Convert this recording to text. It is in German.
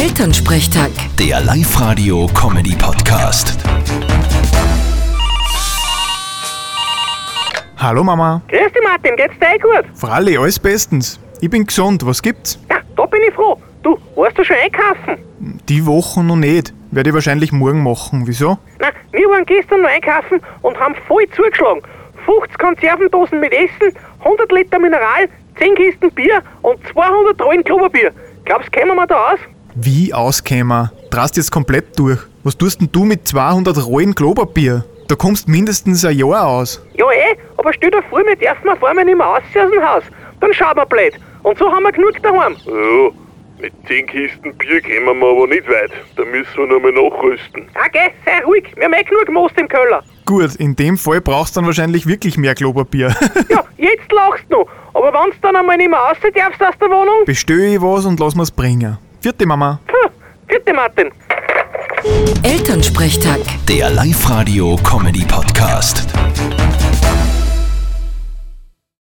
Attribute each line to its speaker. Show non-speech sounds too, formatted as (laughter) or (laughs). Speaker 1: Elternsprechtag.
Speaker 2: Der Live-Radio-Comedy-Podcast.
Speaker 3: Hallo Mama,
Speaker 4: Grüß dich Martin, geht's dir eh gut?
Speaker 3: Fralli, alles bestens. Ich bin gesund, was gibt's?
Speaker 4: Ja, da bin ich froh. Du, warst du schon einkaufen?
Speaker 3: Die Woche noch nicht. Werde ich wahrscheinlich morgen machen. Wieso?
Speaker 4: Na, wir waren gestern noch einkaufen und haben voll zugeschlagen. 50 Konservendosen mit Essen, 100 Liter Mineral, 10 Kisten Bier und 200 Rollen Kloberbier. Glaubst, kämen wir da aus?
Speaker 3: Wie auskämer? Drast jetzt komplett durch. Was tust denn du mit 200 Rollen Klopapier? Da kommst mindestens ein Jahr aus.
Speaker 4: Ja eh, aber stell dir vor, wir dürfen auf einmal nicht mehr aus aus dem Haus. Dann schauen wir blöd. Und so haben wir genug daheim.
Speaker 5: Ja, mit 10 Kisten Bier kommen wir aber nicht weit. Da müssen wir nochmal nachrüsten.
Speaker 4: Ja Ah, geh, sei ruhig, wir haben eh genug Most im Keller.
Speaker 3: Gut, in dem Fall brauchst du dann wahrscheinlich wirklich mehr Klopapier. (laughs)
Speaker 4: Ja, jetzt lachst du noch. Aber wenn's dann einmal nicht mehr raus darfst aus der Wohnung,
Speaker 3: Bestell ich was und lass mir's bringen. Vierte Mama.
Speaker 4: puh, bitte Martin.
Speaker 1: Elternsprechtag.
Speaker 2: Der Live-Radio-Comedy-Podcast.